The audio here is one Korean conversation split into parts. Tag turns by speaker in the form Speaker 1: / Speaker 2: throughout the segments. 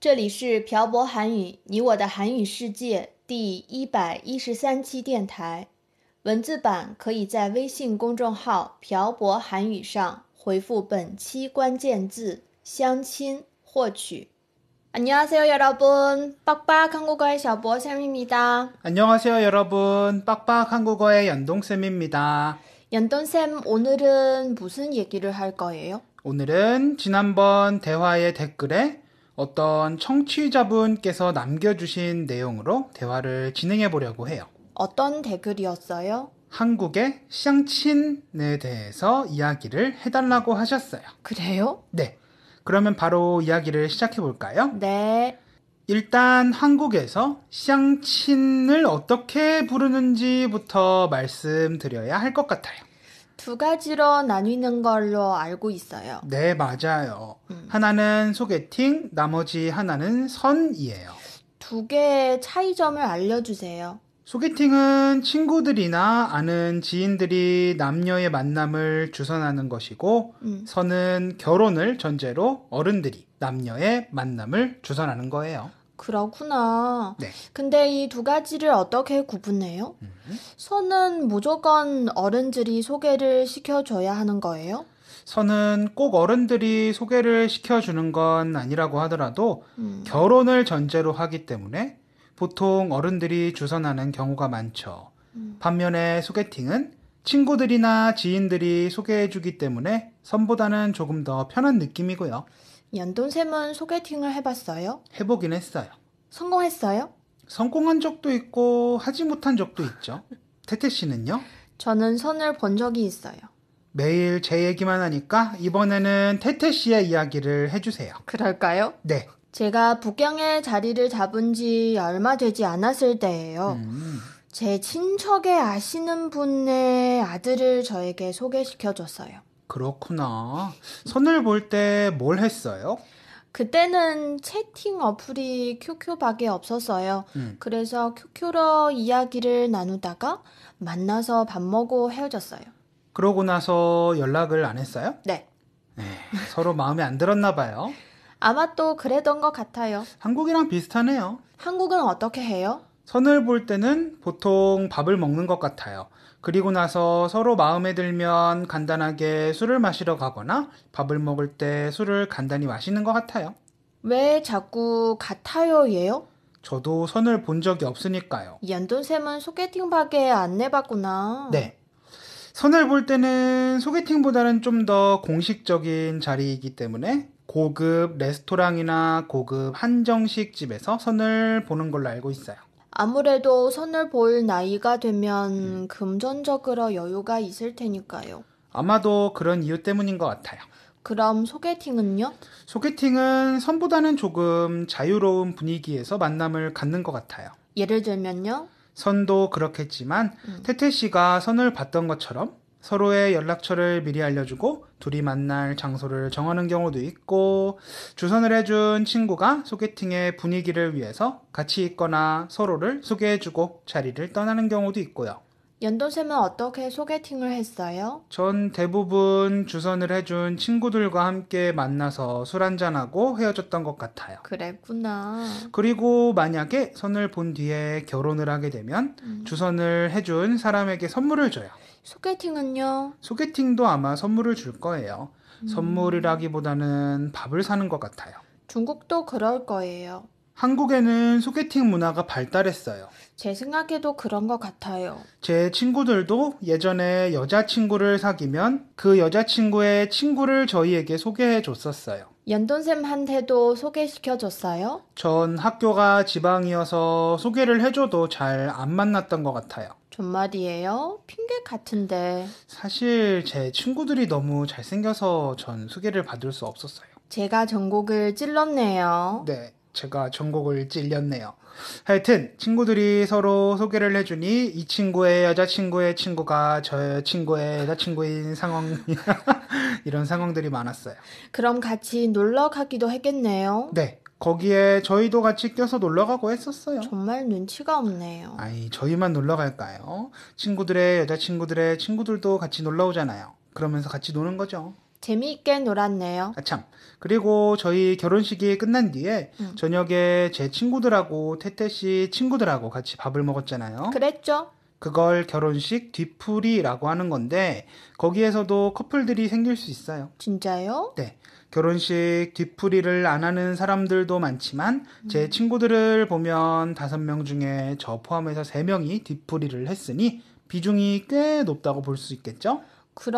Speaker 1: 这里是朴博韩语，你我的韩语世界第一百一十三期电台，文字版可以在微信公众号“朴博韩语”上回复本期关键字“相亲”获取。안녕하세요여러분빡빡한국어의小博쌤입니다
Speaker 2: 안녕하세요 여러분. 빡빡 한국어의 연동쌤입니다.
Speaker 1: 연돈 쌤 오늘은 무슨 얘기를 할 거예요?
Speaker 2: 오늘은 지난번 대화의 댓글에 어떤 청취자분께서 남겨주신 내용으로 대화를 진행해 보려고 해요.
Speaker 1: 어떤 댓글이었어요?
Speaker 2: 한국의 샹친에 대해서 이야기를 해달라고 하셨어요.
Speaker 1: 그래요?
Speaker 2: 네. 그러면 바로 이야기를 시작해 볼까요?
Speaker 1: 네.
Speaker 2: 일단 한국에서 샹친을 어떻게 부르는지부터 말씀드려야 할 것 같아요.
Speaker 1: 두 가지로 나뉘는 걸로 알고 있어요.
Speaker 2: 네, 맞아요.
Speaker 1: 음.
Speaker 2: 하나는 소개팅, 나머지 하나는 선이에요.
Speaker 1: 두 개의 차이점을 알려주세요.
Speaker 2: 소개팅은 친구들이나 아는 지인들이 남녀의 만남을 주선하는 것이고,
Speaker 1: 음.
Speaker 2: 선은 결혼을 전제로 어른들이 남녀의 만남을 주선하는 거예요.
Speaker 1: 그렇구나.
Speaker 2: 네.
Speaker 1: 근데 이 두 가지를 어떻게 구분해요? 선은 무조건 어른들이 소개를 시켜줘야 하는 거예요?
Speaker 2: 선은 꼭 어른들이 소개를 시켜주는 건 아니라고 하더라도
Speaker 1: 음.
Speaker 2: 결혼을 전제로 하기 때문에 보통 어른들이 주선하는 경우가 많죠.
Speaker 1: 음.
Speaker 2: 반면에 소개팅은 친구들이나 지인들이 소개해주기 때문에 선보다는 조금 더 편한 느낌이고요.
Speaker 1: 연돈쌤은 소개팅을 해봤어요?
Speaker 2: 해보긴 했어요.
Speaker 1: 성공했어요?
Speaker 2: 성공한 적도 있고 하지 못한 적도 있죠. 태태 씨는요?
Speaker 1: 저는 선을 본 적이 있어요.
Speaker 2: 매일 제 얘기만 하니까 이번에는 태태 씨의 이야기를 해주세요.
Speaker 1: 그럴까요?
Speaker 2: 네.
Speaker 1: 제가 북경에 자리를 잡은 지 얼마 되지 않았을 때예요.
Speaker 2: 음.
Speaker 1: 제 친척의 아시는 분의 아들을 저에게 소개시켜줬어요.
Speaker 2: 그렇구나. 선을 볼 때 뭘 했어요?
Speaker 1: 그때는 채팅 어플이 QQ밖에 없었어요.
Speaker 2: 음.
Speaker 1: 그래서 QQ로 이야기를 나누다가 만나서 밥 먹고 헤어졌어요.
Speaker 2: 그러고 나서 연락을 안 했어요?
Speaker 1: 네.
Speaker 2: 네, 서로 마음에 안 들었나 봐요.
Speaker 1: 아마 또 그랬던 것 같아요.
Speaker 2: 한국이랑 비슷하네요.
Speaker 1: 한국은 어떻게 해요?
Speaker 2: 선을 볼 때는 보통 밥을 먹는 것 같아요. 그리고 나서 서로 마음에 들면 간단하게 술을 마시러 가거나 밥을 먹을 때 술을 간단히 마시는 것 같아요.
Speaker 1: 왜 자꾸 같아요 예요?
Speaker 2: 저도 선을 본 적이 없으니까요.
Speaker 1: 연돈쌤은 소개팅밖에 안 내봤구나.
Speaker 2: 네. 선을 볼 때는 소개팅보다는 좀 더 공식적인 자리이기 때문에 고급 레스토랑이나 고급 한정식 집에서 선을 보는 걸로 알고 있어요.
Speaker 1: 아무래도 선을 볼 나이가 되면 금전적으로 여유가 있을 테니까요.
Speaker 2: 아마도 그런 이유 때문인 것 같아요.
Speaker 1: 그럼 소개팅은요?
Speaker 2: 소개팅은 선보다는 조금 자유로운 분위기에서 만남을 갖는 것 같아요.
Speaker 1: 예를 들면요.
Speaker 2: 선도 그렇겠지만
Speaker 1: 음.
Speaker 2: 태태 씨가 선을 봤던 것처럼 서로의 연락처를 미리 알려주고 둘이 만날 장소를 정하는 경우도 있고 주선을 해준 친구가 소개팅의 분위기를 위해서 같이 있거나 서로를 소개해주고 자리를 떠나는 경우도 있고요.
Speaker 1: 연돈쌤은 어떻게 소개팅을 했어요?
Speaker 2: 전 대부분 주선을 해준 친구들과 함께 만나서 술 한잔하고 헤어졌던 것 같아요.
Speaker 1: 그랬구나.
Speaker 2: 그리고 만약에 선을 본 뒤에 결혼을 하게 되면
Speaker 1: 음.
Speaker 2: 주선을 해준 사람에게 선물을 줘요.
Speaker 1: 소개팅은요?
Speaker 2: 소개팅도 아마 선물을 줄 거예요.
Speaker 1: 음.
Speaker 2: 선물이라기보다는 밥을 사는 것 같아요.
Speaker 1: 중국도 그럴 거예요.
Speaker 2: 한국에는 소개팅 문화가 발달했어요.
Speaker 1: 제 생각에도 그런 것 같아요.
Speaker 2: 제 친구들도 예전에 여자친구를 사귀면 그 여자친구의 친구를 저희에게 소개해 줬었어요.
Speaker 1: 연돈쌤한테도 소개시켜줬어요?
Speaker 2: 전 학교가 지방이어서 소개를 해줘도 잘 안 만났던 것 같아요.
Speaker 1: 정말이에요? 핑계 같은데.
Speaker 2: 사실 제 친구들이 너무 잘생겨서 전 소개를 받을 수 없었어요.
Speaker 1: 제가 전곡을 찔렀네요.
Speaker 2: 네, 제가 전곡을 찔렸네요. 하여튼 친구들이 서로 소개를 해주니 이 친구의 여자친구의 친구가 저 친구의 여자친구인 상황 이런 상황들이 많았어요.
Speaker 1: 그럼 같이 놀러 가기도 했겠네요.
Speaker 2: 네, 거기에 저희도 같이 껴서 놀러 가고 했었어요.
Speaker 1: 정말 눈치가 없네요.
Speaker 2: 아이, 저희만 놀러 갈까요? 친구들의 여자친구들의 친구들도 같이 놀러 오잖아요. 그러면서 같이 노는 거죠.
Speaker 1: 재미있게 놀았네요.
Speaker 2: 아, 참. 그리고 저희 결혼식이 끝난 뒤에
Speaker 1: 음.
Speaker 2: 저녁에 제 친구들하고 태태 씨 친구들하고 같이 밥을
Speaker 1: 그렇죠.
Speaker 2: 먹었잖아요.
Speaker 1: 그랬죠?
Speaker 2: 그걸 결혼식 뒤풀이라고 하는 건데 거기에서도 커플들이 생길 수 있어요.
Speaker 1: 진짜요?
Speaker 2: 결혼식 뒤풀이를 안 하는 사람들도 많지만 제 친구들을 보면 다섯 명 중에 저 포함해서 세 명이 뒤풀이를 했으니 비중이 꽤 높다고 볼 수 있겠죠?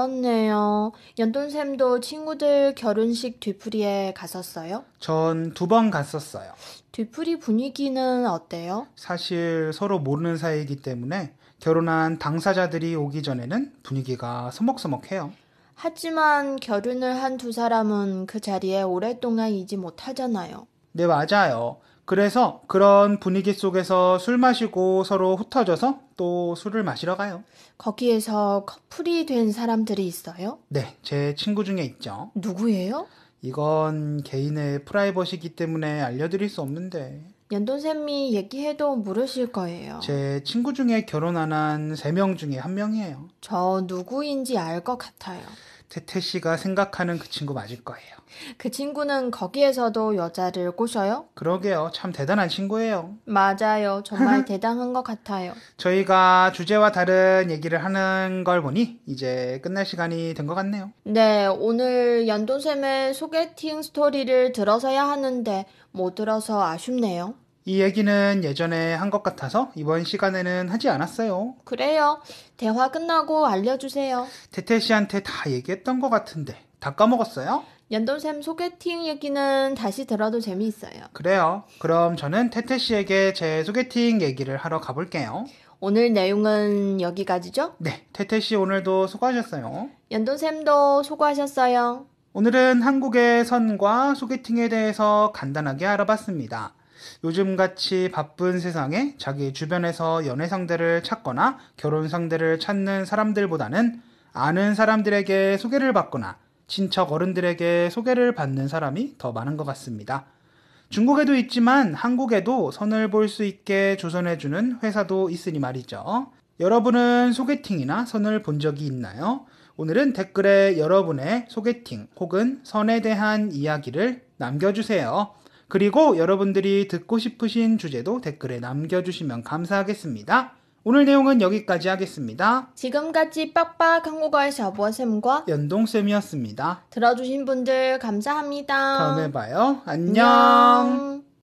Speaker 1: 그렇네요. 연돈쌤도 친구들 결혼식 뒤풀이에 갔었어요?
Speaker 2: 전 두 번 갔었어요.
Speaker 1: 뒤풀이 분위기는 어때요?
Speaker 2: 사실 서로 모르는 사이이기 때문에 결혼한 당사자들이 오기 전에는 분위기가 서먹서먹해요.
Speaker 1: 하지만 결혼을 한 두 사람은 그 자리에 오랫동안 있지 못하잖아요.
Speaker 2: 네, 맞아요. 그래서 그런 분위기 속에서 술 마시고 서로 흩어져서 또 술을 마시러 가요.
Speaker 1: 거기에서 커플이 된 사람들이 있어요?
Speaker 2: 네, 제 친구 중에 있죠.
Speaker 1: 누구예요?
Speaker 2: 이건 개인의 프라이버시기 때문에 알려드릴 수 없는데
Speaker 1: 연돈쌤이 얘기해도 모르실 거예요.
Speaker 2: 제 친구 중에 결혼 안 한 세 명 중에 한 명이에요.
Speaker 1: 저 누구인지 알 것 같아요.
Speaker 2: 태태 씨가 생각하는 그 친구 맞을 거예요.
Speaker 1: 그 친구는 거기에서도 여자를 꼬셔요?
Speaker 2: 그러게요. 참 대단한 친구예요.
Speaker 1: 맞아요. 정말 대단한 것 같아요.
Speaker 2: 저희가 주제와 다른 얘기를 하는 걸 보니 이제 끝날 시간이 된 것 같네요.
Speaker 1: 네, 오늘 연돈쌤의 소개팅 스토리를 들어서야 하는데 못 들어서 아쉽네요.
Speaker 2: 이 얘기는 예전에 한 것 같아서 이번 시간에는 하지 않았어요.
Speaker 1: 그래요. 대화 끝나고 알려주세요.
Speaker 2: 태태 씨한테 다 얘기했던 것 같은데 다 까먹었어요?
Speaker 1: 연돈쌤 소개팅 얘기는 다시 들어도 재미있어요.
Speaker 2: 그래요. 그럼 저는 태태 씨에게 제 소개팅 얘기를 하러 가볼게요.
Speaker 1: 오늘 내용은 여기까지죠?
Speaker 2: 네, 태태 씨 오늘도 수고하셨어요.
Speaker 1: 연돈쌤도 수고하셨어요.
Speaker 2: 오늘은 한국의 선과 소개팅에 대해서 간단하게 알아봤습니다. 요즘 같이 바쁜 세상에 자기 주변에서 연애 상대를 찾거나 결혼 상대를 찾는 사람들보다는 아는 사람들에게 소개를 받거나 친척 어른들에게 소개를 받는 사람이 더 많은 것 같습니다. 중국에도 있지만 한국에도 선을 볼 수 있게 조선해주는 회사도 있으니 말이죠. 여러분은 소개팅이나 선을 본 적이 있나요? 오늘은 댓글에 여러분의 소개팅 혹은 선에 대한 이야기를 남겨주세요. 그리고 여러분들이 듣고 싶으신 주제도 댓글에 남겨주시면 감사하겠습니다. 오늘 내용은 여기까지 하겠습니다.
Speaker 1: 지금까지 빡빡 한국어의 샤보쌤과
Speaker 2: 연동쌤이었습니다.
Speaker 1: 들어주신 분들 감사합니다.
Speaker 2: 다음에 봐요. 안녕.